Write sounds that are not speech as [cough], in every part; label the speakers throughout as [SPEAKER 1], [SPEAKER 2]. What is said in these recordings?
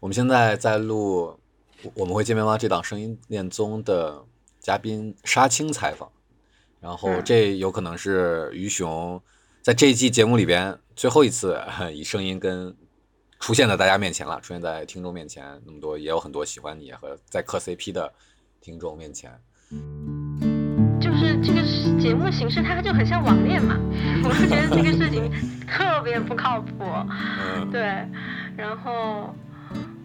[SPEAKER 1] 我们现在在录《我们会见面吗》这档声音恋综的嘉宾沙青采访，然后
[SPEAKER 2] 嗯
[SPEAKER 1] 这有可能是于雄在这一季节目里边最后一次呃以声音跟出现在大家面前了，出现在听众面前，那么多也有很多喜欢你和在磕 CP 的听众面前。
[SPEAKER 2] 就是这个节目形式，它就很像网恋嘛。我是觉得这个事情特别不靠谱，
[SPEAKER 1] 嗯
[SPEAKER 2] 对。然后，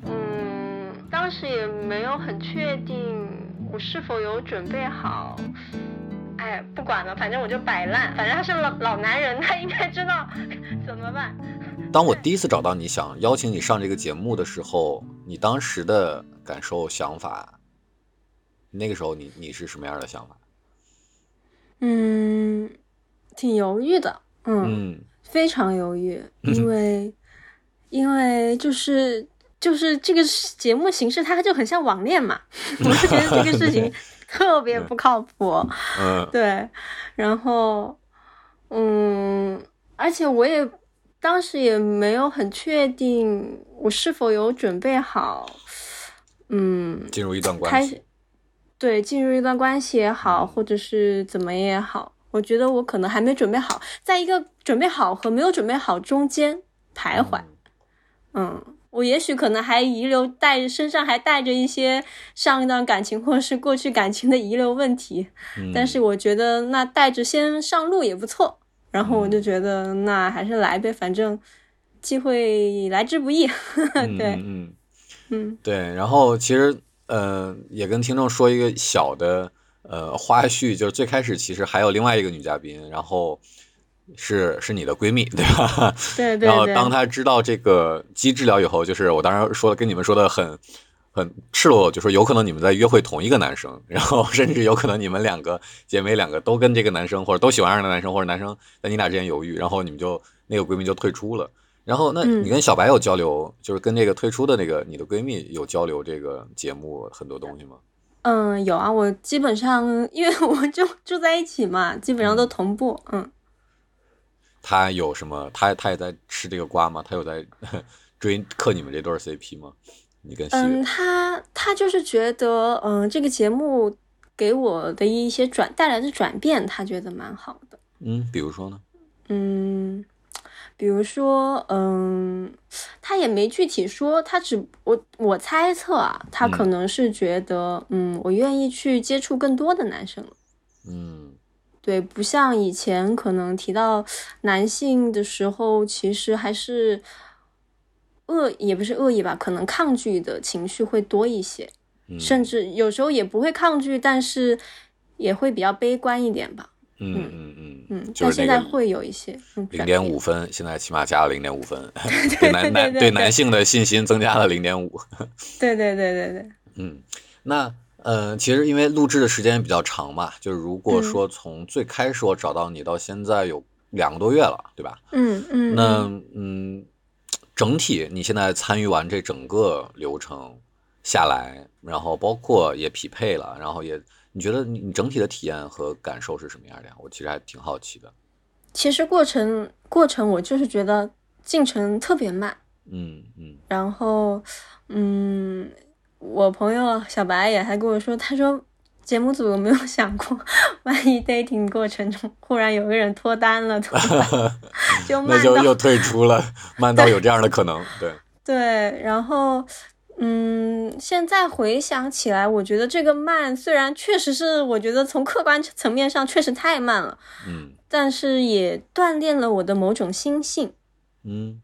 [SPEAKER 2] 嗯，当时也没有很确定我是否有准备好。哎，不管了，反正我就摆烂。反正他是老老男人，他应该知道 [laughs] 怎么办。
[SPEAKER 1] 当我第一次找到你想邀请你上这个节目的时候，你当时的感受、想法，那个时候你你是什么样的想法？
[SPEAKER 3] 嗯，挺犹豫的，嗯，
[SPEAKER 1] 嗯
[SPEAKER 3] 非常犹豫，因为因为就是就是这个节目形式，它就很像网恋嘛， [laughs] 我就觉得这个事情特别不靠谱，
[SPEAKER 1] 嗯
[SPEAKER 3] 对，然后嗯，而且我也当时也没有很确定我是否有准备好，嗯，
[SPEAKER 1] 进入一段关
[SPEAKER 3] 开
[SPEAKER 1] 系
[SPEAKER 3] 始，对进入一段关系也好，或者是怎么也好，我觉得我可能还没准备好，在一个准备好和没有准备好中间徘徊。嗯，我也许可能还遗留带身上还带着一些上一段感情或者是过去感情的遗留问题，
[SPEAKER 1] 嗯
[SPEAKER 3] 但是我觉得那带着先上路也不错。然后我
[SPEAKER 1] 嗯
[SPEAKER 3] 就觉得那还是来呗，反正机会来之不易。 [laughs]
[SPEAKER 1] 嗯
[SPEAKER 3] 对
[SPEAKER 1] 嗯嗯
[SPEAKER 3] 嗯
[SPEAKER 1] 对，然后其实呃也跟听众说一个小的呃花絮，就是最开始其实还有另外一个女嘉宾，然后是是你的闺蜜对吧？
[SPEAKER 3] 对对
[SPEAKER 1] 然后
[SPEAKER 3] 对，
[SPEAKER 1] 当他知道这个鸡治疗以后，就是我当时说的跟你们说的很很赤裸裸，就说有可能你们在约会同一个男生，然后甚至有可能你们两个姐妹两个都跟这个男生或者都喜欢上的男生，或者男生在你俩之间犹豫，然后你们就那个闺蜜就退出了。然后，那
[SPEAKER 3] 嗯
[SPEAKER 1] 你跟小白有交流，就是跟这个退出的那个你的闺蜜有交流这个节目很多东西吗？
[SPEAKER 3] 嗯，有啊，我基本上因为我就住在一起嘛，基本上都同步。嗯，
[SPEAKER 1] 她有什么？她她也在吃这个瓜吗？她有在 [laughs] 追克你们这对儿 CP 吗？你跟西月
[SPEAKER 3] 嗯，他他就是觉得，嗯，这个节目给我的一些转带来的转变，他觉得蛮好的。
[SPEAKER 1] 嗯，比如说呢？
[SPEAKER 3] 嗯，比如说，嗯，他也没具体说，他只我我猜测啊，他可
[SPEAKER 1] 嗯
[SPEAKER 3] 能是觉得，嗯，我愿意去接触更多的男生了。
[SPEAKER 1] 嗯
[SPEAKER 3] 对，不像以前可能提到男性的时候，其实还是恶，也不是恶意吧，可能抗拒的情绪会多一些，
[SPEAKER 1] 嗯，
[SPEAKER 3] 甚至有时候也不会抗拒，但是也会比较悲观一点吧。
[SPEAKER 1] 嗯嗯嗯
[SPEAKER 3] 嗯，
[SPEAKER 1] 就
[SPEAKER 3] 但
[SPEAKER 1] 是
[SPEAKER 3] 现
[SPEAKER 1] 那
[SPEAKER 3] 在
[SPEAKER 1] 个
[SPEAKER 3] 会有一些嗯
[SPEAKER 1] 零点
[SPEAKER 3] 转变
[SPEAKER 1] 五分，现在起码加了零点五分，
[SPEAKER 3] [laughs] 对
[SPEAKER 1] 男
[SPEAKER 3] 对
[SPEAKER 1] 男
[SPEAKER 3] 对
[SPEAKER 1] 对
[SPEAKER 3] 对
[SPEAKER 1] 男性的信心增加了零点五。
[SPEAKER 3] 对对对对对，
[SPEAKER 1] 嗯，那呃，其实因为录制的时间比较长嘛，就是如果
[SPEAKER 3] 嗯
[SPEAKER 1] 说从最开始我找到你到现在有两个多月了，对吧？
[SPEAKER 3] 嗯嗯，
[SPEAKER 1] 那
[SPEAKER 3] 嗯
[SPEAKER 1] 嗯，整体你现在参与完这整个流程下来，然后包括也匹配了，然后也你觉得你你整体的体验和感受是什么样的呀？我其实还挺好奇的。
[SPEAKER 3] 其实过程过程我就是觉得进程特别慢，
[SPEAKER 1] 嗯嗯
[SPEAKER 3] 然后，嗯，我朋友小白也还跟我说，他说节目组有没有想过，万一 dating 过程中忽然有个人脱单了，怎么
[SPEAKER 1] [laughs]
[SPEAKER 3] 办？就慢
[SPEAKER 1] 那就
[SPEAKER 3] 到
[SPEAKER 1] 又退出了，慢到有这样的可能，对，
[SPEAKER 3] 对，然后，嗯，现在回想起来，我觉得这个慢虽然确实是，我觉得从客观层面上确实太慢了，
[SPEAKER 1] 嗯
[SPEAKER 3] 但是也锻炼了我的某种心性。
[SPEAKER 1] 嗯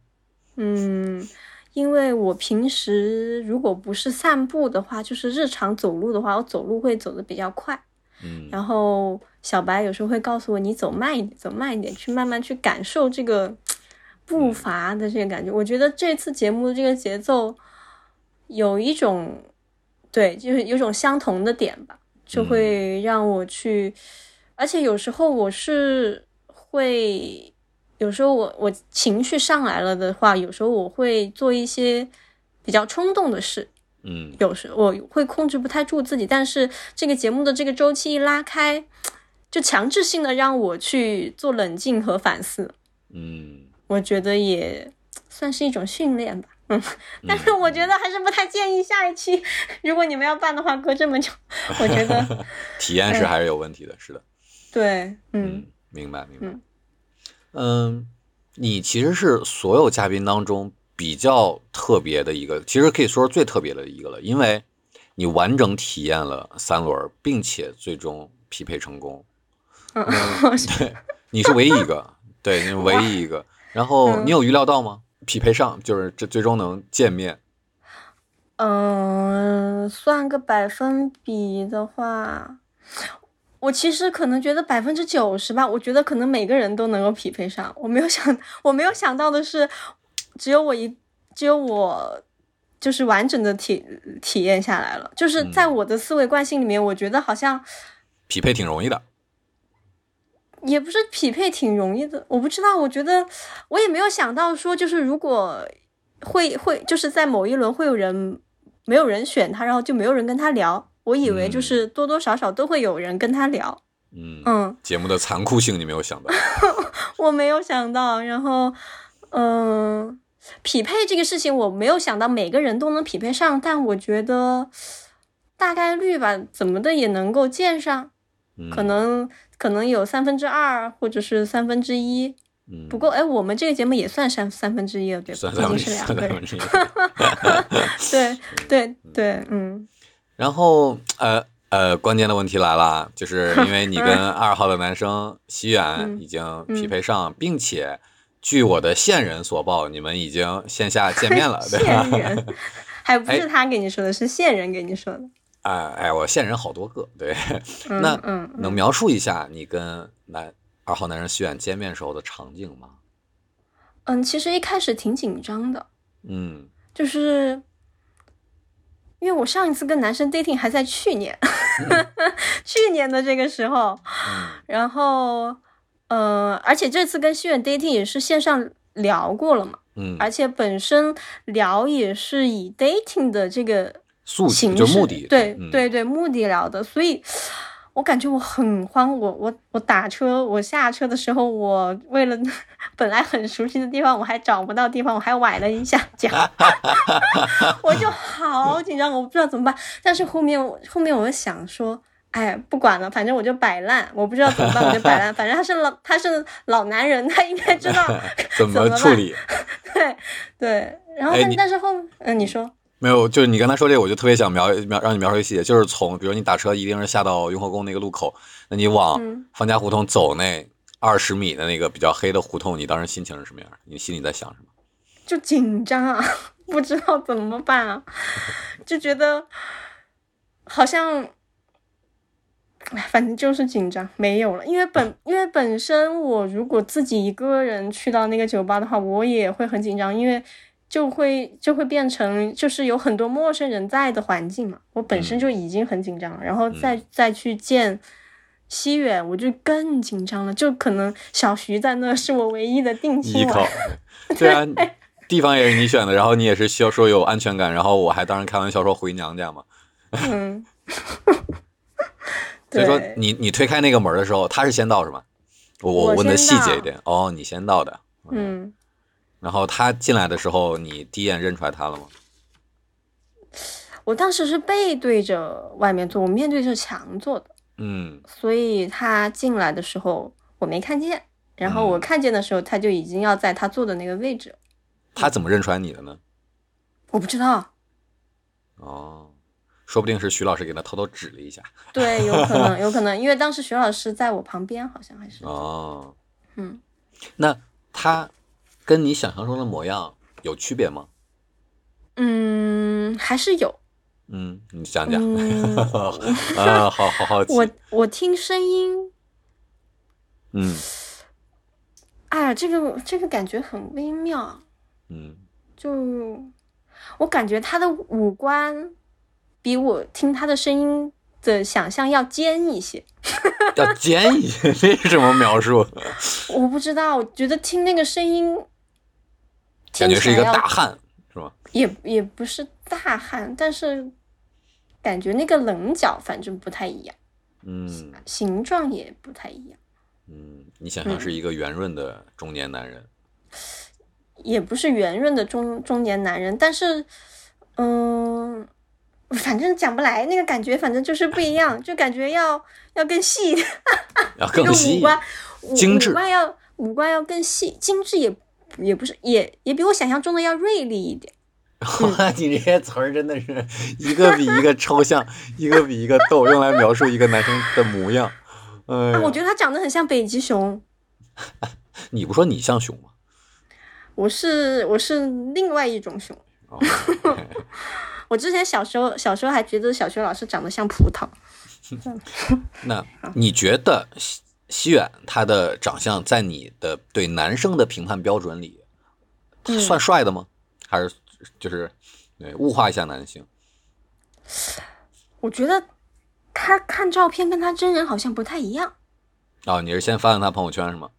[SPEAKER 3] 嗯，因为我平时如果不是散步的话，就是日常走路的话，我走路会走得比较快。
[SPEAKER 1] 嗯
[SPEAKER 3] 然后小白有时候会告诉我，你走慢一点，走慢一点，去慢慢去感受这个步伐的这个感觉。我觉得这次节目的这个节奏有一种，对，就是有种相同的点吧，就会让我去，而且有时候我是会，有时候我我情绪上来了的话，有时候我会做一些比较冲动的事，
[SPEAKER 1] 嗯
[SPEAKER 3] 有时我会控制不太住自己，但是这个节目的这个周期一拉开，就强制性的让我去做冷静和反思，
[SPEAKER 1] 嗯，
[SPEAKER 3] 我觉得也算是一种训练吧。嗯但是我觉得还是不太建议下一期， [laughs] 如果你们要办的话，隔这么久， [laughs] 我觉得
[SPEAKER 1] 体验是还是有问题的，是的，
[SPEAKER 3] 对，嗯
[SPEAKER 1] 嗯，明白明白
[SPEAKER 3] 嗯。
[SPEAKER 1] 嗯，你其实是所有嘉宾当中比较特别的一个，其实可以说是最特别的一个了，因为你完整体验了三轮，并且最终匹配成功。
[SPEAKER 3] 嗯，
[SPEAKER 1] 对，你是唯一一个，对，你是唯一一个。然后你有预料到吗？匹配上就是这最终能见面，
[SPEAKER 3] 嗯、算个百分比的话，我其实可能觉得百分之九十吧，我觉得可能每个人都能够匹配上。我没有想，我没有想到的是，只有我一，只有我就是完整的体体验下来了。就是在我的思维惯性里面，我觉得好像
[SPEAKER 1] 匹配挺容易的。
[SPEAKER 3] 也不是匹配挺容易的，我不知道，我觉得我也没有想到说，就是如果会会就是在某一轮会有人没有人选他，然后就没有人跟他聊。我以为就
[SPEAKER 1] 嗯
[SPEAKER 3] 是多多少少都会有人跟他聊，
[SPEAKER 1] 嗯，
[SPEAKER 3] 嗯，
[SPEAKER 1] 节目的残酷性你没有想到。
[SPEAKER 3] 我没有想到。然后，嗯、匹配这个事情我没有想到每个人都能匹配上，但我觉得大概率吧，怎么的也能够见上，
[SPEAKER 1] 嗯、
[SPEAKER 3] 可能可能有三分之二或者是三分之一，
[SPEAKER 1] 嗯
[SPEAKER 3] 不过，哎，我们这个节目也算三三分之一了，对吧？
[SPEAKER 1] 算
[SPEAKER 3] 已
[SPEAKER 1] 三分
[SPEAKER 3] 经
[SPEAKER 1] 之
[SPEAKER 3] 是
[SPEAKER 1] 一，
[SPEAKER 3] 两
[SPEAKER 1] 算
[SPEAKER 3] 个
[SPEAKER 1] 三
[SPEAKER 3] 人
[SPEAKER 1] 分，之一。
[SPEAKER 3] 对对对，嗯
[SPEAKER 1] 然后呃呃，关键的问题来了，就是因为你跟二号的男生西远
[SPEAKER 3] 嗯，
[SPEAKER 1] 已经匹配上，并且据我的线人所报，你们已经线下 [laughs] 见面了
[SPEAKER 3] [laughs]
[SPEAKER 1] 对吧
[SPEAKER 3] 线？
[SPEAKER 1] [laughs]
[SPEAKER 3] 人，还不是他给你说的，是线人给你说的。
[SPEAKER 1] 哎哎，我线人好多个，对，
[SPEAKER 3] 嗯
[SPEAKER 1] 那
[SPEAKER 3] 嗯嗯，
[SPEAKER 1] 能描述一下你跟男二号男生西远见面时候的场景吗？
[SPEAKER 3] 嗯，其实一开始挺紧张的，
[SPEAKER 1] 嗯，
[SPEAKER 3] 就是因为我上一次跟男生 dating 还在去年， [laughs] 去年的这个时候，
[SPEAKER 1] 嗯
[SPEAKER 3] 然后呃，而且这次跟西远 dating 也是线上聊过了嘛，
[SPEAKER 1] 嗯，
[SPEAKER 3] 而且本身聊也是以 dating 的这个
[SPEAKER 1] 诉求
[SPEAKER 3] 形
[SPEAKER 1] 就
[SPEAKER 3] 式
[SPEAKER 1] 目的，
[SPEAKER 3] 对
[SPEAKER 1] 嗯、
[SPEAKER 3] 对对，目的聊的，所以我感觉我很慌，我我我打车，我下车的时候，我为了 [laughs] 本来很熟悉的地方，我还找不到地方，我还崴了一下脚， [laughs] 我就好紧张，我不知道怎么办。但是后面我后面我就想说。哎，不管了，反正我就摆烂，我不知道怎么办，我就摆烂。反正他是老，他是老男人，他应
[SPEAKER 1] [laughs]
[SPEAKER 3] 该知道
[SPEAKER 1] 怎
[SPEAKER 3] 怎么
[SPEAKER 1] 么处
[SPEAKER 3] 办
[SPEAKER 1] 理？
[SPEAKER 3] 对对，然后
[SPEAKER 1] 哎
[SPEAKER 3] 但
[SPEAKER 1] 你
[SPEAKER 3] 但是后，嗯、你说，
[SPEAKER 1] 没有，就是你刚才说这个，我就特别想描描让你描述一细节，就是从比如你打车一定是下到雍和宫那个路口，那你往
[SPEAKER 3] 嗯
[SPEAKER 1] 方家胡同走那二十米的那个比较黑的胡同，你当时心情是什么样？你心里在想什么？
[SPEAKER 3] 就紧张啊， [laughs] 不知道怎么办啊，就觉得好像，哎，反正就是紧张，没有了。因为本因为本身我如果自己一个人去到那个酒吧的话，我也会很紧张，因为就会就会变成就是有很多陌生人在的环境嘛，我本身
[SPEAKER 1] 嗯
[SPEAKER 3] 就已经很紧张了，然后再再去见。西远，我就更紧张了，就可能小徐在那是我唯一的定心
[SPEAKER 1] 依
[SPEAKER 3] 丸。
[SPEAKER 1] 靠，对啊，地方也是你选的，然后你也是需要说有安全感，然后我还当时开玩笑说回娘家嘛，
[SPEAKER 3] 嗯，
[SPEAKER 1] 所以
[SPEAKER 3] 对，
[SPEAKER 1] 说你你推开那个门的时候，他是先到是吗？我
[SPEAKER 3] 我
[SPEAKER 1] 问的
[SPEAKER 3] 先
[SPEAKER 1] 细
[SPEAKER 3] 到
[SPEAKER 1] 节一点哦，你先到的，
[SPEAKER 3] 嗯，
[SPEAKER 1] 然后他进来的时候，你第一眼认出来他了吗？
[SPEAKER 3] 我当时是背对着外面坐，我面对着墙坐的，
[SPEAKER 1] 嗯
[SPEAKER 3] 所以他进来的时候我没看见，然后我
[SPEAKER 1] 嗯
[SPEAKER 3] 看见的时候他就已经要在他坐的那个位置，
[SPEAKER 1] 他怎么认出来你的呢？
[SPEAKER 3] 我不知道，
[SPEAKER 1] 哦，说不定是徐老师给他偷偷指了一下。
[SPEAKER 3] 对，有可能，有可能，因为当时徐老师在我旁边，好像还是，
[SPEAKER 1] 哦，
[SPEAKER 3] 嗯，
[SPEAKER 1] 那他跟你想象中的模样有区别吗？
[SPEAKER 3] 嗯，还是有，
[SPEAKER 1] 嗯，你讲讲。
[SPEAKER 3] 嗯，
[SPEAKER 1] [laughs] 啊，好好好奇。
[SPEAKER 3] 我我听声音，
[SPEAKER 1] 嗯
[SPEAKER 3] 哎呀，这个这个感觉很微妙，啊
[SPEAKER 1] 嗯
[SPEAKER 3] 就我感觉他的五官比我听他的声音的想象要尖一些。
[SPEAKER 1] 要坚毅，这是什么描
[SPEAKER 3] [laughs]
[SPEAKER 1] 述？
[SPEAKER 3] 我不知道，我觉得听那个声音，
[SPEAKER 1] 感
[SPEAKER 3] 听
[SPEAKER 1] 觉是
[SPEAKER 3] 起
[SPEAKER 1] 一
[SPEAKER 3] 来
[SPEAKER 1] 个
[SPEAKER 3] 要
[SPEAKER 1] 大汉，是吧？
[SPEAKER 3] 也也不是大汉，但是感觉那个棱角反正不太一样，
[SPEAKER 1] 嗯
[SPEAKER 3] 形状也不太一样。
[SPEAKER 1] 嗯，你想象是一个圆润的中年男人，
[SPEAKER 3] 也不是圆润的中中年男人，但是，嗯、反正讲不来那个感觉，反正就是不一样，就感觉要要更细，
[SPEAKER 1] 然后
[SPEAKER 3] 这个
[SPEAKER 1] 更
[SPEAKER 3] 五
[SPEAKER 1] 细 [laughs]
[SPEAKER 3] 官五
[SPEAKER 1] 精致
[SPEAKER 3] 五官要五官要更细，精致也也不是也也比我想象中的要锐利一点。
[SPEAKER 1] 哇，你这些词儿真的是一个比一个抽象，一个比一个逗，用来描述一个男生的模样。哎
[SPEAKER 3] 啊，
[SPEAKER 1] 呀，
[SPEAKER 3] 我觉得他长得很像北极熊。
[SPEAKER 1] 你不说你像熊吗？
[SPEAKER 3] 我是我是另外一种熊。
[SPEAKER 1] 哦
[SPEAKER 3] 我之前小时候小时候还觉得小学老师长得像葡萄，
[SPEAKER 1] 那你觉得西西远他的长相在你的对男生的评判标准里，他
[SPEAKER 3] 嗯
[SPEAKER 1] 算帅的吗？还是就是对物化一下男性？
[SPEAKER 3] 我觉得他看照片跟他真人好像不太一样。
[SPEAKER 1] 哦，你是先翻了他朋友圈是吗？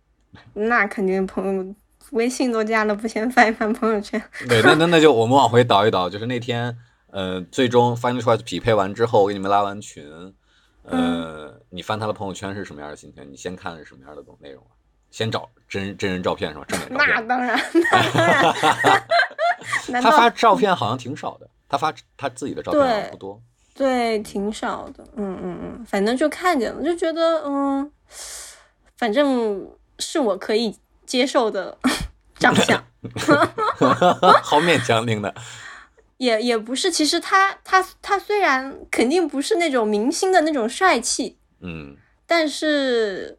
[SPEAKER 3] 那肯定朋友微信都加了，不先翻一翻朋友圈？
[SPEAKER 1] 对，那那那就我们往回倒一倒，就是那天，呃，最终 Final Choice 匹配完之后，我给你们拉完群，呃，
[SPEAKER 3] 嗯
[SPEAKER 1] 你翻他的朋友圈是什么样的心情？你先看是什么样的东内容啊？先找真真人照片是吧？正脸照
[SPEAKER 3] 那
[SPEAKER 1] 片。
[SPEAKER 3] 当然，那当
[SPEAKER 1] [laughs]
[SPEAKER 3] 然。 [laughs] 难
[SPEAKER 1] 他发
[SPEAKER 3] 道嗯
[SPEAKER 1] 照片好像挺少的，他发他自己的照片好像不多。
[SPEAKER 3] 对挺少的？嗯嗯嗯，反正就看见了，就觉得嗯，反正是我可以接
[SPEAKER 1] [laughs]
[SPEAKER 3] 受的长相。
[SPEAKER 1] 好勉强听的，
[SPEAKER 3] 也也不是，其实他他他虽然肯定不是那种明星的那种帅气，
[SPEAKER 1] 嗯，
[SPEAKER 3] 但是，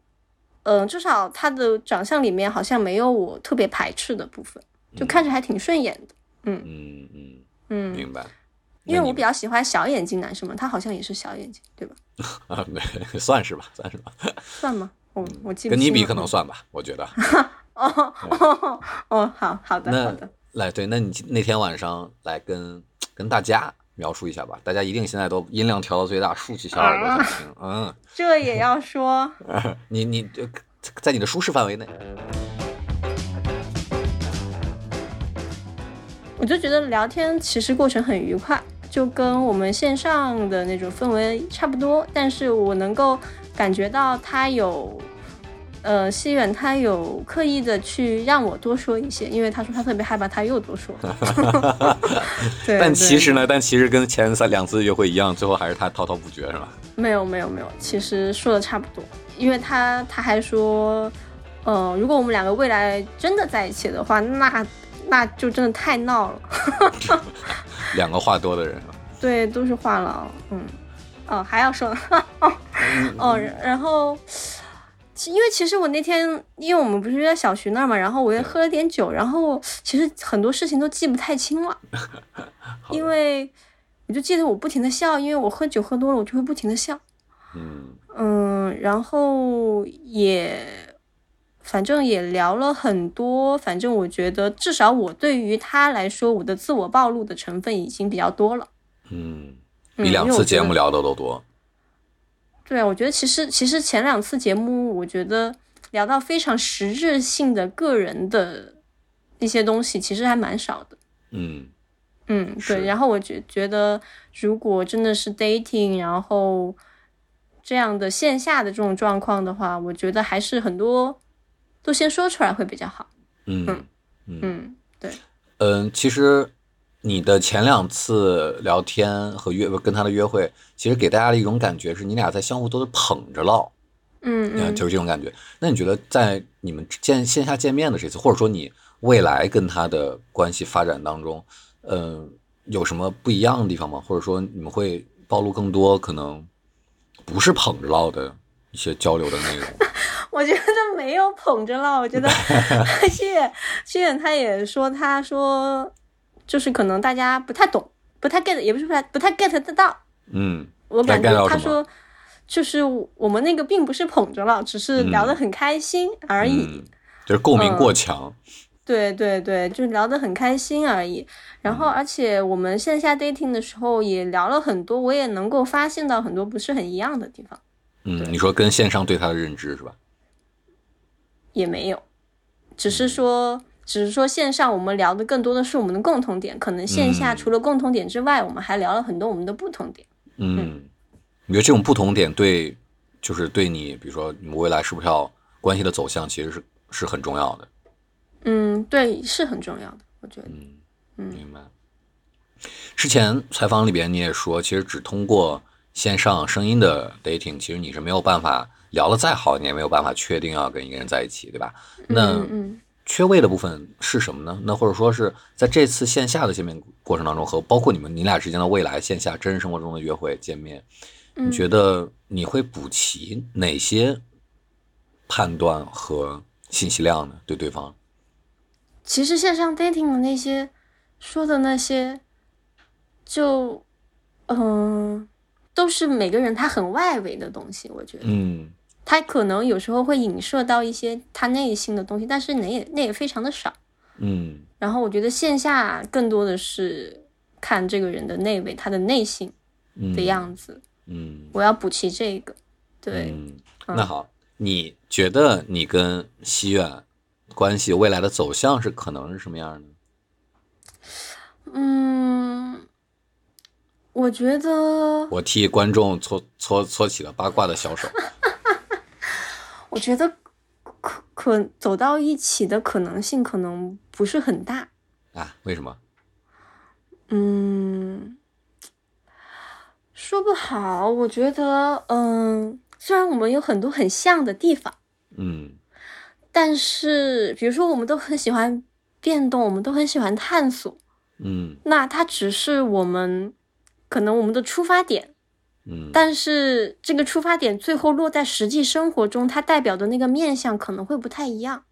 [SPEAKER 3] 嗯、至少他的长相里面好像没有我特别排斥的部分，就看着还挺顺眼的。
[SPEAKER 1] 嗯嗯，
[SPEAKER 3] 嗯，
[SPEAKER 1] 明白。
[SPEAKER 3] 因为
[SPEAKER 1] 那你
[SPEAKER 3] 我比较喜欢小眼睛男生嘛，他好像也是小眼睛，对吧？
[SPEAKER 1] 啊，对， [laughs] 算是吧，算是吧，
[SPEAKER 3] 算吗？我我记不
[SPEAKER 1] 嗯跟你
[SPEAKER 3] 清
[SPEAKER 1] 比
[SPEAKER 3] 了
[SPEAKER 1] 可能算吧，我觉得。
[SPEAKER 3] 哦哦哦，好好的好
[SPEAKER 1] 那
[SPEAKER 3] 的，
[SPEAKER 1] 来，对，那你那天晚上来跟跟大家描述一下吧，大家一定现在都音量调到最大，竖起小耳朵想听。
[SPEAKER 3] 这也要
[SPEAKER 1] [laughs]
[SPEAKER 3] 说，
[SPEAKER 1] 嗯， [laughs] 你你就在你的舒适范围内，
[SPEAKER 3] 我就觉得聊天其实过程很愉快，就跟我们线上的那种氛围差不多，但是我能够感觉到他有，呃，西远他有刻意的去让我多说一些，因为他说他特别害怕他又多说。 [laughs] 对，
[SPEAKER 1] [laughs] 但
[SPEAKER 3] 对
[SPEAKER 1] 其实呢，但其实跟前三两次约会一样，最后还是他滔滔不绝，是吧？
[SPEAKER 3] 没有没有没有，其实说的差不多，因为他他还说，呃，如果我们两个未来真的在一起的话，那那就真的太闹了。
[SPEAKER 1] 两个话多的人，
[SPEAKER 3] 对，都是话痨，嗯，哦，还要
[SPEAKER 1] [laughs]
[SPEAKER 3] 说，哦，然然后，其因为其实我那天，因为我们不是在小徐那儿嘛，然后我也喝了点酒，然后其实很多事情都记不太清了，
[SPEAKER 1] [laughs] 好的
[SPEAKER 3] 因为我就记得我不停的笑，因为我喝酒喝多了，我就会不停的笑，
[SPEAKER 1] 嗯
[SPEAKER 3] 嗯，然后也，反正也聊了很多，反正我觉得至少我对于他来说，我的自我暴露的成分已经比较多了。
[SPEAKER 1] 嗯，
[SPEAKER 3] 嗯
[SPEAKER 1] 比两
[SPEAKER 3] 因为
[SPEAKER 1] 次
[SPEAKER 3] 我觉
[SPEAKER 1] 节
[SPEAKER 3] 得
[SPEAKER 1] 目聊的都多。
[SPEAKER 3] 对啊，我觉得其实其实前两次节目，我觉得聊到非常实质性的个人的一些东西，其实还蛮少的。
[SPEAKER 1] 嗯
[SPEAKER 3] 嗯，
[SPEAKER 1] 是
[SPEAKER 3] 对。然后我觉觉得，如果真的是 dating，然后这样的线下的这种状况的话，我觉得还是很多都先说出来会比较好。
[SPEAKER 1] 嗯嗯
[SPEAKER 3] 嗯，
[SPEAKER 1] 嗯，其实你的前两次聊天和约跟他的约会，其实给大家的一种感觉是你俩在相互都是捧着唠。
[SPEAKER 3] 嗯
[SPEAKER 1] 嗯，
[SPEAKER 3] 嗯
[SPEAKER 1] 就是这种感觉。那你觉得在你们见线下见面的这次，或者说你未来跟他的关系发展当中，呃，有什么不一样的地方吗？或者说你们会暴露更多可能不是捧着唠的一些交流的内容？
[SPEAKER 3] 我觉得没有捧着了，
[SPEAKER 1] [laughs]
[SPEAKER 3] 我觉得谢远谢远他也说，他说就是可能大家不太懂，不太 get，也不是不太不太 get 得到。
[SPEAKER 1] 嗯
[SPEAKER 3] 我感
[SPEAKER 1] 大概到
[SPEAKER 3] 觉他
[SPEAKER 1] 什么
[SPEAKER 3] 说就是我们那个并不是捧着了，只是聊得很开心而已。嗯
[SPEAKER 1] 嗯，就是共鸣过强。
[SPEAKER 3] 对对对，就聊得很开心而已。然
[SPEAKER 1] 嗯
[SPEAKER 3] 后，而且我们线下 dating 的时候也聊了很多，我也能够发现到很多不是很一样的地方，
[SPEAKER 1] 嗯，你说跟线上对他的认知是吧？
[SPEAKER 3] 也没有，只
[SPEAKER 1] 嗯
[SPEAKER 3] 是说。只是说线上我们聊的更多的是我们的共同点，可能线下
[SPEAKER 1] 嗯
[SPEAKER 3] 除了共同点之外，我们还聊了很多我们的不同点。
[SPEAKER 1] 嗯，你觉得这种不同点对，就是对你，比如说你们未来是不是要关系的走向，其实是是很重要的。
[SPEAKER 3] 嗯，对，是很重要的，我觉得。
[SPEAKER 1] 嗯，
[SPEAKER 3] 嗯
[SPEAKER 1] 明白。之前采访里边你也说，其实只通过线上声音的 dating，其实你是没有办法聊得再好，你也没有办法确定要跟一个人在一起，对吧？那
[SPEAKER 3] 嗯嗯
[SPEAKER 1] 缺位的部分是什么呢？那或者说是在这次线下的见面过程当中，和包括你们你俩之间的未来线下真实生活中的约会见面，
[SPEAKER 3] 嗯
[SPEAKER 1] 你觉得你会补齐哪些判断和信息量呢？对对方，
[SPEAKER 3] 其实线上 dating 的那些说的那些，就嗯、都是每个人他很外围的东西，我觉得。
[SPEAKER 1] 嗯
[SPEAKER 3] 他可能有时候会影射到一些他内心的东西，但是那也那也非常的少。
[SPEAKER 1] 嗯
[SPEAKER 3] 然后我觉得线下更多的是看这个人的内围，他的内心
[SPEAKER 1] 嗯
[SPEAKER 3] 的样子。
[SPEAKER 1] 嗯，
[SPEAKER 3] 我要补齐这个，对，
[SPEAKER 1] 嗯，那好，你觉得你跟西苑关系未来的走向是可能是什么样呢？
[SPEAKER 3] 嗯，我觉得，
[SPEAKER 1] 我替观众搓搓搓起了八卦的小手。 [laughs]
[SPEAKER 3] 我觉得可可走到一起的可能性可能不是很大。
[SPEAKER 1] 啊，为什么？
[SPEAKER 3] 嗯，说不好，我觉得，嗯，虽然我们有很多很像的地方，
[SPEAKER 1] 嗯
[SPEAKER 3] 但是比如说我们都很喜欢变动，我们都很喜欢探索，
[SPEAKER 1] 嗯
[SPEAKER 3] 那它只是我们可能我们的出发点，
[SPEAKER 1] 嗯
[SPEAKER 3] 但是这个出发点最后落在实际生活中，它代表的那个面向可能会不太一样。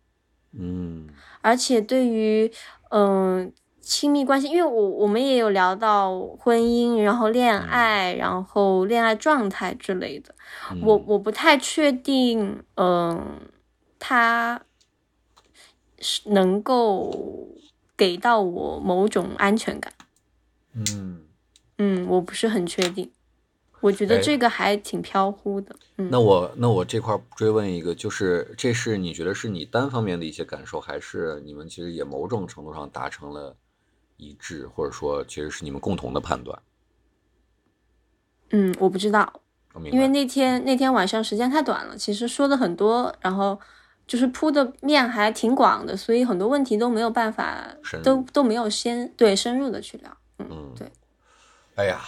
[SPEAKER 1] 嗯
[SPEAKER 3] 而且对于嗯、亲密关系，因为我我们也有聊到婚姻，然后恋爱，然后恋爱状态之类的。
[SPEAKER 1] 嗯
[SPEAKER 3] 我我不太确定，嗯、他是能够给到我某种安全感。
[SPEAKER 1] 嗯。
[SPEAKER 3] 嗯，我不是很确定。我觉得
[SPEAKER 1] 哎
[SPEAKER 3] 这个还挺飘忽的。嗯，
[SPEAKER 1] 那我那我这块儿追问一个，就是这是你觉得是你单方面的一些感受，还是你们其实也某种程度上达成了一致，或者说其实是你们共同的判断？
[SPEAKER 3] 嗯，我不知道，
[SPEAKER 1] 我明白
[SPEAKER 3] 因为那天那天晚上时间太短了，其实说的很多，然后就是铺的面还挺广的，所以很多问题都没有办法
[SPEAKER 1] 深入，
[SPEAKER 3] 都都没有先对深入的去聊。嗯，
[SPEAKER 1] 嗯，
[SPEAKER 3] 对。
[SPEAKER 1] 哎呀，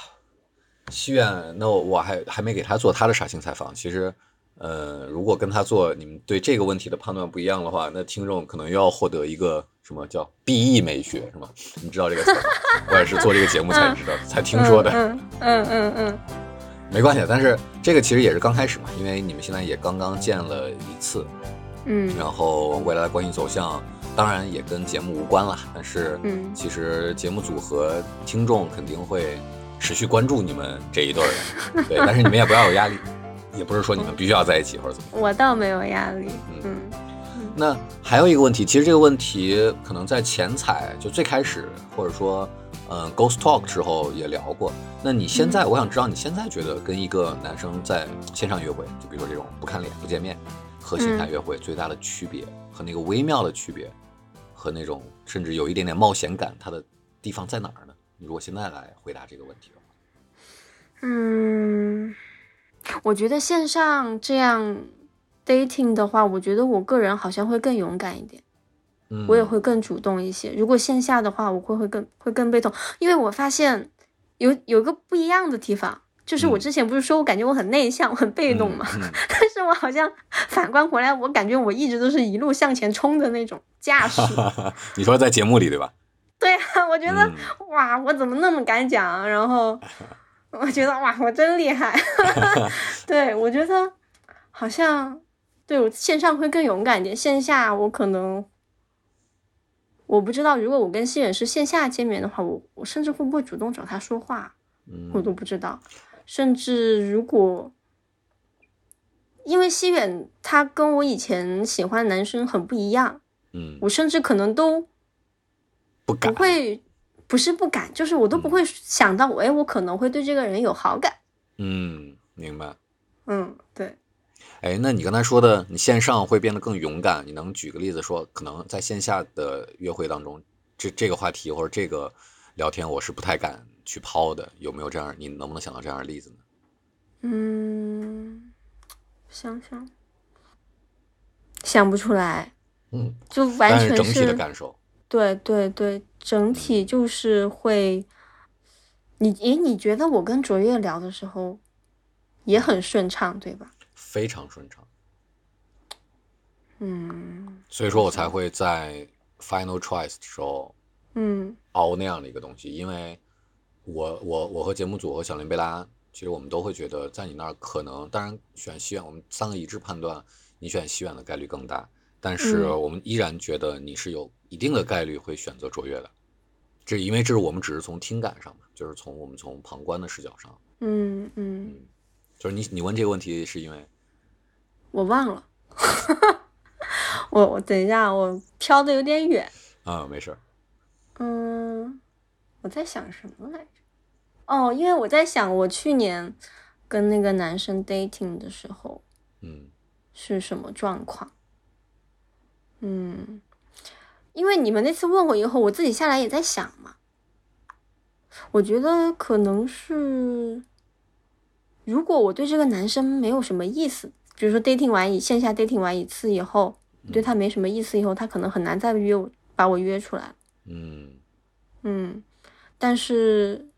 [SPEAKER 1] 西苑，那我我还还没给他做他的杀青采访。其实，呃，如果跟他做，你们对这个问题的判断不一样的话，那听众可能又要获得一个什么叫 BE 美学，是吗？ [laughs] 你知道这个词吗？我也是做这个节目才知道，才听说的。
[SPEAKER 3] 嗯嗯嗯嗯
[SPEAKER 1] 没关系，但是这个其实也是刚开始嘛，因为你们现在也刚刚见了一次，
[SPEAKER 3] 嗯嗯
[SPEAKER 1] 然后未来的关系走向，当然也跟节目无关啦。但是，
[SPEAKER 3] 嗯
[SPEAKER 1] 其实节目组和听众肯定会持续关注你们这一对儿的，
[SPEAKER 3] [laughs]
[SPEAKER 1] 对。但是你们也不要有压力，也不是说你们必须要在一起或者怎么样。
[SPEAKER 3] 我倒没有压力。嗯
[SPEAKER 1] 那还有一个问题，其实这个问题可能在前采就最开始，或者说，嗯，Ghost Talk 之后也聊过。那你现在，我想知道你现在觉得跟一个男生在线上约会，就比如说这种不看脸、不见面，和线下约会最大的区别、和那个微妙的区别，和那种甚至有一点点冒险感，它的地方在哪儿呢？你如果现在来回答这个问题的话，
[SPEAKER 3] 嗯，我觉得线上这样 dating 的话，我觉得我个人好像会更勇敢一点。
[SPEAKER 1] 嗯，
[SPEAKER 3] 我也会更主动一些。如果线下的话，我会会更会更被动，因为我发现有有一个不一样的地方，就是我
[SPEAKER 1] 嗯
[SPEAKER 3] 之前不是说我感觉我很内向、我很被动嘛， [laughs]
[SPEAKER 1] 嗯嗯
[SPEAKER 3] 但是我好像反观回来，我感觉我一直都是一路向前冲的那种架
[SPEAKER 1] [laughs]
[SPEAKER 3] 势。
[SPEAKER 1] 你说在节目里对吧？
[SPEAKER 3] 对啊，我觉得、
[SPEAKER 1] 嗯
[SPEAKER 3] 哇，我怎么那么敢讲？啊然后我觉得哇，我真厉害。对，我觉得好像对我线上会更勇敢一点，线下我可能我不知道，如果我跟新远是线下见面的话，我我甚至会不会主动找他说话，我
[SPEAKER 1] 嗯
[SPEAKER 3] 都不知道。甚至如果因为西远他跟我以前喜欢的男生很不一样，
[SPEAKER 1] 嗯，
[SPEAKER 3] 我甚至可能都
[SPEAKER 1] 不
[SPEAKER 3] 不
[SPEAKER 1] 敢，
[SPEAKER 3] 会，不是不敢，就是我都不会想到我，哎，我可能会对这个人有好感。
[SPEAKER 1] 嗯，明白。
[SPEAKER 3] 嗯，对，
[SPEAKER 1] 哎，那你刚才说的，你线上会变得更勇敢，你能举个例子说，可能在线下的约会当中，这这个话题或者这个聊天，我是不太敢去抛的，有没有这样？你能不能想到这样的例子呢？
[SPEAKER 3] 嗯，想想，想不出来，
[SPEAKER 1] 嗯，
[SPEAKER 3] 就完
[SPEAKER 1] 但是
[SPEAKER 3] 全
[SPEAKER 1] 整体的感受，
[SPEAKER 3] 对对对，整体就是会，你诶，你觉得我跟卓越聊的时候也很顺畅，对吧？
[SPEAKER 1] 非常顺畅，
[SPEAKER 3] 嗯
[SPEAKER 1] 所以说我才会在 final choice 的时候
[SPEAKER 3] 嗯
[SPEAKER 1] 熬那样的一个东西，因为我我我和节目组和小林贝拉，其实我们都会觉得在你那儿可能，当然选西远，我们三个一致判断你选西远的概率更大，但是
[SPEAKER 3] 嗯
[SPEAKER 1] 我们依然觉得你是有一定的概率会选择卓越的，这因为这是我们只是从听感上嘛，就是从我们从旁观的视角上，
[SPEAKER 3] 嗯嗯，
[SPEAKER 1] 嗯，就是你你问这个问题是因为
[SPEAKER 3] 我忘了， [laughs] 我我等一下，我飘的有点远。
[SPEAKER 1] 啊、没事儿，
[SPEAKER 3] 嗯，我在想什么来着？哦，因为我在想我去年跟那个男生 dating 的时候，
[SPEAKER 1] 嗯
[SPEAKER 3] 是什么状况。嗯，因为你们那次问我以后，我自己下来也在想嘛。我觉得可能是，如果我对这个男生没有什么意思，比如说 dating 完以线下 dating 完一次以后，对他没什么意思以后，他可能很难再约我，把我约出来。
[SPEAKER 1] 嗯
[SPEAKER 3] 嗯，但是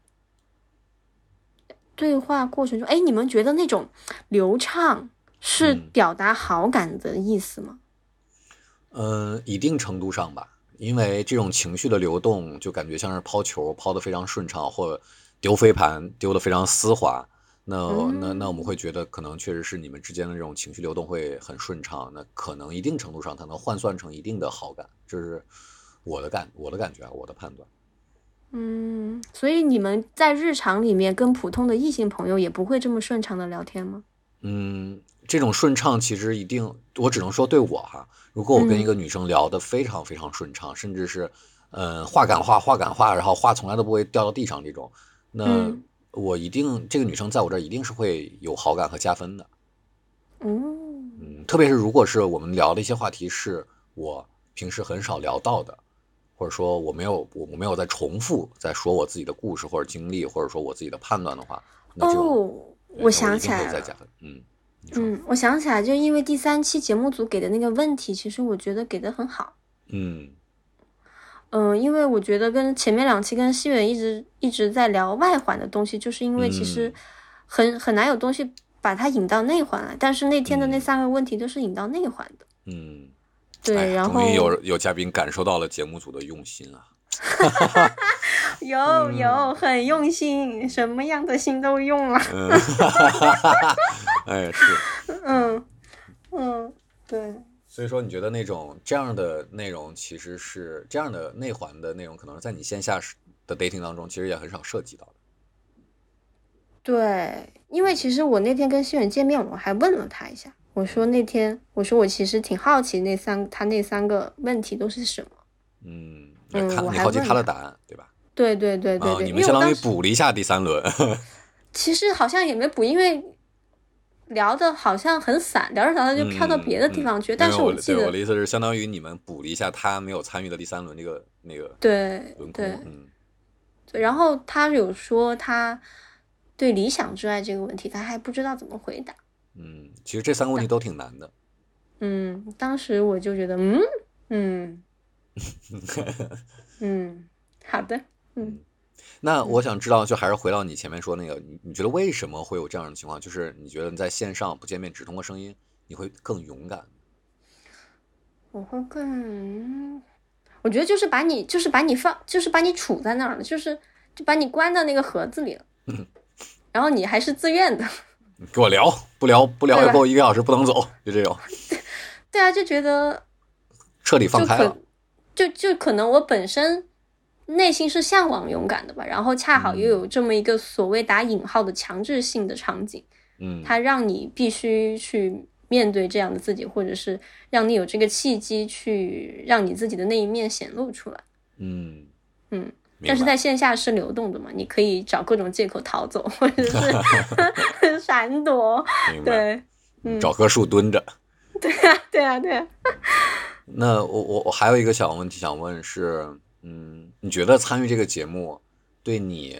[SPEAKER 3] 对话过程中，哎，你们觉得那种流畅是
[SPEAKER 1] 嗯
[SPEAKER 3] 表达好感的意思吗？
[SPEAKER 1] 嗯，一定程度上吧，因为这种情绪的流动，就感觉像是抛球抛得非常顺畅，或丢飞盘丢得非常丝滑。那那那我们会觉得，可能确实是你们之间的这种情绪流动会很顺畅。那可能一定程度上，它能换算成一定的好感，这是我的感我的感觉啊，我的判断。
[SPEAKER 3] 嗯，所以你们在日常里面跟普通的异性朋友也不会这么顺畅的聊天吗？
[SPEAKER 1] 嗯，这种顺畅其实一定，我只能说对我哈、如果我跟
[SPEAKER 3] 嗯
[SPEAKER 1] 一个女生聊得非常非常顺畅，甚至是，呃，话赶话，话赶话，然后话从来都不会掉到地上这种，那
[SPEAKER 3] 嗯
[SPEAKER 1] 我一定这个女生在我这儿一定是会有好感和加分的。
[SPEAKER 3] 嗯
[SPEAKER 1] 嗯，特别是如果是我们聊的一些话题是我平时很少聊到的，或者说我没有我我没有在重复在说我自己的故事或者经历，或者说我自己的判断的话，那这种
[SPEAKER 3] 哦
[SPEAKER 1] 对，那
[SPEAKER 3] 我想
[SPEAKER 1] 一
[SPEAKER 3] 起
[SPEAKER 1] 定会
[SPEAKER 3] 来
[SPEAKER 1] 再
[SPEAKER 3] 了
[SPEAKER 1] 加分。嗯，你说，
[SPEAKER 3] 嗯，我想起来，就因为第三期节目组给的那个问题，其实我觉得给的很好。
[SPEAKER 1] 嗯。
[SPEAKER 3] 嗯，因为我觉得跟前面两期跟西远一直一直在聊外环的东西，就是因为其实
[SPEAKER 1] 嗯
[SPEAKER 3] 很很难有东西把它引到内环来。但是那天的那
[SPEAKER 1] 嗯
[SPEAKER 3] 三个问题都是引到内环的，
[SPEAKER 1] 嗯，哎
[SPEAKER 3] 对。
[SPEAKER 1] 呀
[SPEAKER 3] 然后
[SPEAKER 1] 终于有有嘉宾感受到了节目组的用心 [laughs] 啊！嗯
[SPEAKER 3] 有有很用心，什么样的心都用了。
[SPEAKER 1] 嗯， [laughs] 哈哈哈哈哎是，
[SPEAKER 3] 嗯嗯，对，
[SPEAKER 1] 所以说你觉得那种这样的内容其实是这样的内环的内容，可能是在你线下是的 dating 当中其实也很少涉及到的。
[SPEAKER 3] 对，因为其实我那天跟西远见面，我还问了他一下，我说那天我说我其实挺好奇那三他那三个问题都是什么。
[SPEAKER 1] 嗯，你
[SPEAKER 3] 嗯
[SPEAKER 1] 看
[SPEAKER 3] 我
[SPEAKER 1] 你
[SPEAKER 3] 还
[SPEAKER 1] 好奇
[SPEAKER 3] 问
[SPEAKER 1] 他的
[SPEAKER 3] 他
[SPEAKER 1] 答案对吧？
[SPEAKER 3] 对对对对
[SPEAKER 1] 啊，
[SPEAKER 3] 对，
[SPEAKER 1] 你
[SPEAKER 3] 因
[SPEAKER 1] 们
[SPEAKER 3] 为
[SPEAKER 1] 相当
[SPEAKER 3] 我当
[SPEAKER 1] 于
[SPEAKER 3] 时
[SPEAKER 1] 补了一下第三轮。
[SPEAKER 3] 其实好像也没补，因为聊的好像很散，聊着聊着就飘到别的地方去。
[SPEAKER 1] 嗯嗯
[SPEAKER 3] 但是
[SPEAKER 1] 没有
[SPEAKER 3] 记
[SPEAKER 1] 对
[SPEAKER 3] 得
[SPEAKER 1] 我的，意思是，相当于你们补了一下他没有参与的第三轮这个那个
[SPEAKER 3] 对
[SPEAKER 1] 轮廓。
[SPEAKER 3] 对
[SPEAKER 1] 嗯
[SPEAKER 3] 对，然后他有说他对理想之爱这个问题，他还不知道怎么回答。
[SPEAKER 1] 嗯，其实这三个问题都挺难的。
[SPEAKER 3] 嗯，当时我就觉得，嗯
[SPEAKER 1] [laughs]
[SPEAKER 3] 嗯嗯，好的，嗯
[SPEAKER 1] 那我想知道，就还是回到你前面说那个，你你觉得为什么会有这样的情况？就是你觉得你在线上不见面，只通过声音，你会更勇敢？
[SPEAKER 3] 我会更，我觉得就是把你，就是把你放，就是把你处在那儿了，就是就把你关到那个盒子里了，
[SPEAKER 1] 嗯
[SPEAKER 3] 然后你还是自愿的。
[SPEAKER 1] 你给我聊，不聊不聊
[SPEAKER 3] 对
[SPEAKER 1] 也
[SPEAKER 3] 吧
[SPEAKER 1] 够一个小时，不能走，就这种
[SPEAKER 3] 对啊，就觉得
[SPEAKER 1] 彻底放
[SPEAKER 3] 就
[SPEAKER 1] 开
[SPEAKER 3] 可
[SPEAKER 1] 了。
[SPEAKER 3] 就就可能我本身内心是向往勇敢的吧，然后恰好又
[SPEAKER 1] 嗯
[SPEAKER 3] 有这么一个所谓打引号的强制性的场景，
[SPEAKER 1] 嗯
[SPEAKER 3] 它让你必须去面对这样的自己，或者是让你有这个契机去让你自己的那一面显露出来。
[SPEAKER 1] 嗯
[SPEAKER 3] 嗯，
[SPEAKER 1] 明
[SPEAKER 3] 但是
[SPEAKER 1] 白
[SPEAKER 3] 在线下是流动的嘛，你可以找各种借口逃走，或者
[SPEAKER 1] [laughs]
[SPEAKER 3] 是 [laughs] 闪躲。
[SPEAKER 1] 明白，
[SPEAKER 3] 对， [laughs] 嗯
[SPEAKER 1] 找棵树蹲着。
[SPEAKER 3] 对啊，对啊。
[SPEAKER 1] 那我我我还有一个小问题想问是，嗯，你觉得参与这个节目对你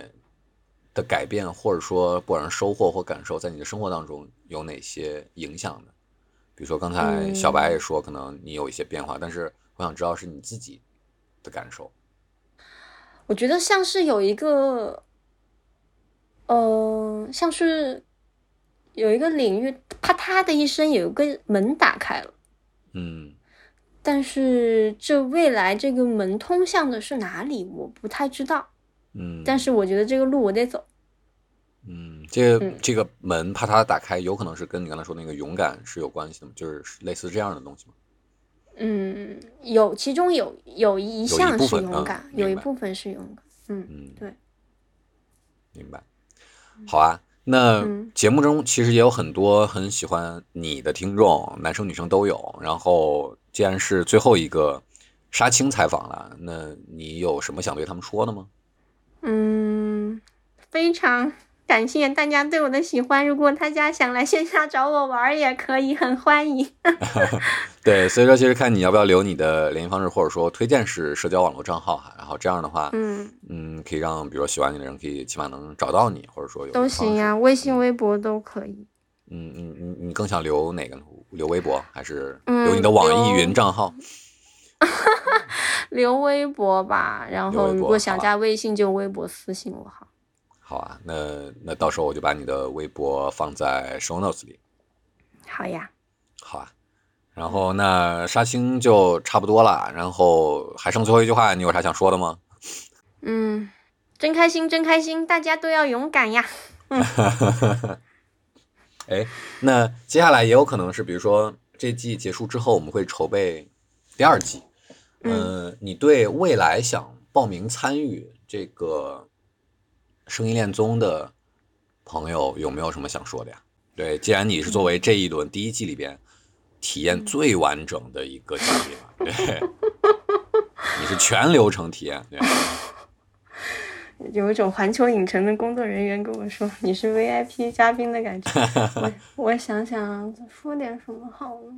[SPEAKER 1] 的改变，或者说不管是收获或感受，在你的生活当中有哪些影响呢？比如说刚才小
[SPEAKER 3] 嗯
[SPEAKER 1] 白也说，可能你有一些变化，但是我想知道是你自己的感受。
[SPEAKER 3] 我觉得像是有一个，呃，像是有一个领域，啪嗒的一声，有一个门打开了。
[SPEAKER 1] 嗯
[SPEAKER 3] 但是这未来这个门通向的是哪里，我不太知道。
[SPEAKER 1] 嗯，
[SPEAKER 3] 但是我觉得这个路我得走。
[SPEAKER 1] 嗯，这个
[SPEAKER 3] 嗯
[SPEAKER 1] 这个门啪嗒打开，有可能是跟你刚才说那个勇敢是有关系的吗？就是类似这样的东西吗？
[SPEAKER 3] 嗯，有其中有有一项
[SPEAKER 1] 部
[SPEAKER 3] 是
[SPEAKER 1] 分啊
[SPEAKER 3] 勇敢，
[SPEAKER 1] 明
[SPEAKER 3] 有一
[SPEAKER 1] 白
[SPEAKER 3] 部分是勇敢。嗯，
[SPEAKER 1] 嗯，
[SPEAKER 3] 对，
[SPEAKER 1] 明白。好啊，那
[SPEAKER 3] 嗯
[SPEAKER 1] 节目中其实也有很多很喜欢你的听众，男生女生都有。然后既然是最后一个杀青采访了，那你有什么想对他们说的吗？
[SPEAKER 3] 嗯，非常感谢大家对我的喜欢。如果大家想来线下找我玩儿也可以，很欢迎。
[SPEAKER 1] 对，所以说其实看你要不要留你的联系方式，或者说推荐是社交网络账号哈。然后这样的话，
[SPEAKER 3] 嗯，
[SPEAKER 1] 嗯，可以让比如说喜欢你的人可以起码能找到你，或者说有
[SPEAKER 3] 都
[SPEAKER 1] 一个方
[SPEAKER 3] 行呀、
[SPEAKER 1] 式
[SPEAKER 3] 微信、微博都可以。
[SPEAKER 1] 嗯，你你你更想留哪个呢？留微博还是
[SPEAKER 3] 嗯
[SPEAKER 1] 留你的网易
[SPEAKER 3] 留
[SPEAKER 1] 云账号？
[SPEAKER 3] 留微博吧，然
[SPEAKER 1] 留微
[SPEAKER 3] 后
[SPEAKER 1] 博
[SPEAKER 3] 如果想
[SPEAKER 1] 好吧
[SPEAKER 3] 加微信就微博私信我好。
[SPEAKER 1] 好啊，那那到时候我就把你的微博放在 show notes 里。
[SPEAKER 3] 好呀，
[SPEAKER 1] 好啊，然后那杀青就差不多了，然后还剩最后一句话，你有啥想说的吗？
[SPEAKER 3] 嗯，真开心，真开心，大家都要勇敢呀。
[SPEAKER 1] 哎，那接下来也有可能是，比如说这季结束之后，我们会筹备第二季。
[SPEAKER 3] 嗯
[SPEAKER 1] 呃，你对未来想报名参与这个声音恋综的朋友有没有什么想说的呀？对，既然你是作为这一轮第一季里边体验最完整的一个嘉宾嘛，对，你是全流程体验，对，
[SPEAKER 3] [laughs] 有一种环球影城的工作人员跟我说你是 VIP 嘉宾的 [laughs] 感觉。我我想想啊，说点什么好呢？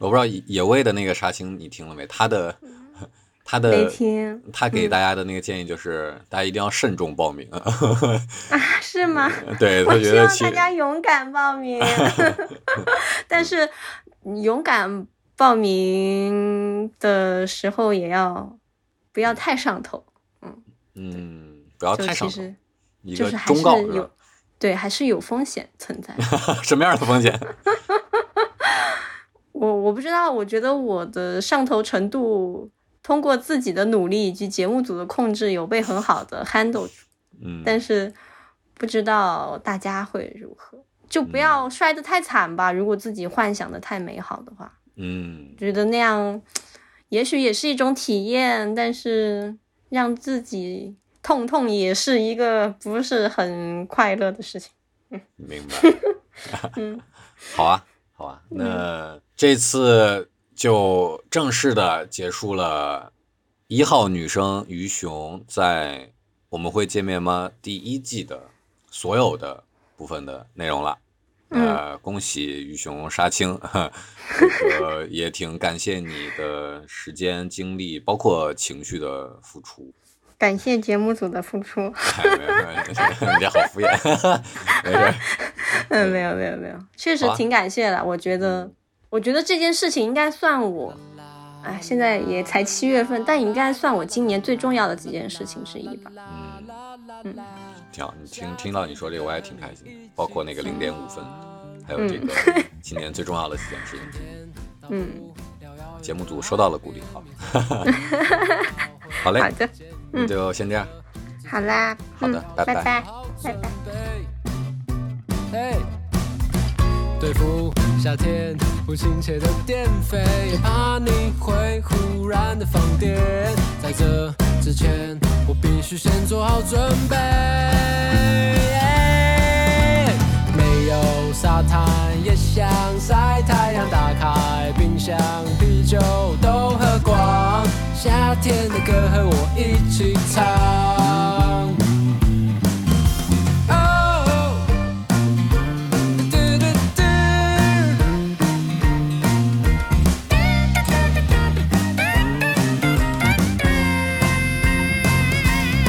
[SPEAKER 1] 我不知道野野味的那个杀青你听了没？他的他
[SPEAKER 3] 没
[SPEAKER 1] 的
[SPEAKER 3] 听
[SPEAKER 1] 他给大家的那个建议就是，大家一定要慎重报名。 [laughs]
[SPEAKER 3] 啊？是吗？
[SPEAKER 1] 对
[SPEAKER 3] 我
[SPEAKER 1] 他觉
[SPEAKER 3] 希
[SPEAKER 1] 得
[SPEAKER 3] 望
[SPEAKER 1] 其
[SPEAKER 3] 大家勇敢报
[SPEAKER 1] [laughs]
[SPEAKER 3] 名，但是勇敢报名的时候也要不要太上头，
[SPEAKER 1] 嗯，不要
[SPEAKER 3] 就
[SPEAKER 1] 太
[SPEAKER 3] 其
[SPEAKER 1] 上头，
[SPEAKER 3] 实
[SPEAKER 1] 一
[SPEAKER 3] 就
[SPEAKER 1] 个
[SPEAKER 3] 是还
[SPEAKER 1] 忠
[SPEAKER 3] 是
[SPEAKER 1] 告是
[SPEAKER 3] 有
[SPEAKER 1] 吧？
[SPEAKER 3] 对还是有风险存在的。
[SPEAKER 1] [laughs] 什么样的风险？
[SPEAKER 3] 我我不知道，我觉得我的上头程度通过自己的努力以及节目组的控制有被很好的 handle 住，
[SPEAKER 1] 嗯，
[SPEAKER 3] [laughs] 但是不知道大家会如何，就
[SPEAKER 1] 嗯
[SPEAKER 3] 不要摔得太惨吧。如果自己幻想的太美好的话，
[SPEAKER 1] 嗯
[SPEAKER 3] 觉得那样也许也是一种体验，但是让自己痛痛也是一个不是很快乐的事情。
[SPEAKER 1] 明白。
[SPEAKER 3] 嗯
[SPEAKER 1] [laughs] 好啊，好啊，那这次就正式的结束了一号女生于熊在我们会见面吗第一季的所有的部分的内容了。呃，恭喜于熊杀青， [laughs] 这个也挺感谢你的时间、精力，包括情绪的付出。 [laughs]
[SPEAKER 3] 感谢节目组的付出。 [laughs]
[SPEAKER 1] 哎，没有没有， [laughs] 你这好敷衍， [laughs] 没事儿。
[SPEAKER 3] 嗯，没有没有没有，确实
[SPEAKER 1] 好啊嗯
[SPEAKER 3] 挺感谢的。我觉得，我觉得这件事情应该算我，哎，现在也才七月份，但应该算我今年最重要的几件事情之一吧。
[SPEAKER 1] 嗯，挺好。你听听到你说这个，我也挺开心的，包括那个零点五分，还有这个今年最重要的几件事情，
[SPEAKER 3] 嗯，
[SPEAKER 1] 节目组收到了鼓励，好， [laughs] 好嘞
[SPEAKER 3] 好，的，
[SPEAKER 1] 那就先这样，
[SPEAKER 3] 好啦，
[SPEAKER 1] 好的
[SPEAKER 3] 嗯
[SPEAKER 1] 拜拜
[SPEAKER 3] 拜拜
[SPEAKER 4] 好准备。嘿，对付夏天不亲切的电费，怕你会忽然的放电。在这之前，我必须先做好准备。没有沙滩也想晒太阳，打开冰箱，啤酒都喝光，夏天的歌和我一起唱。Oh, do do do. do.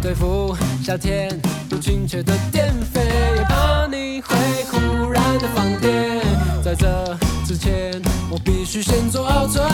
[SPEAKER 4] 对付夏天不精确的电费，也怕你会忽然的放电，在这先做好准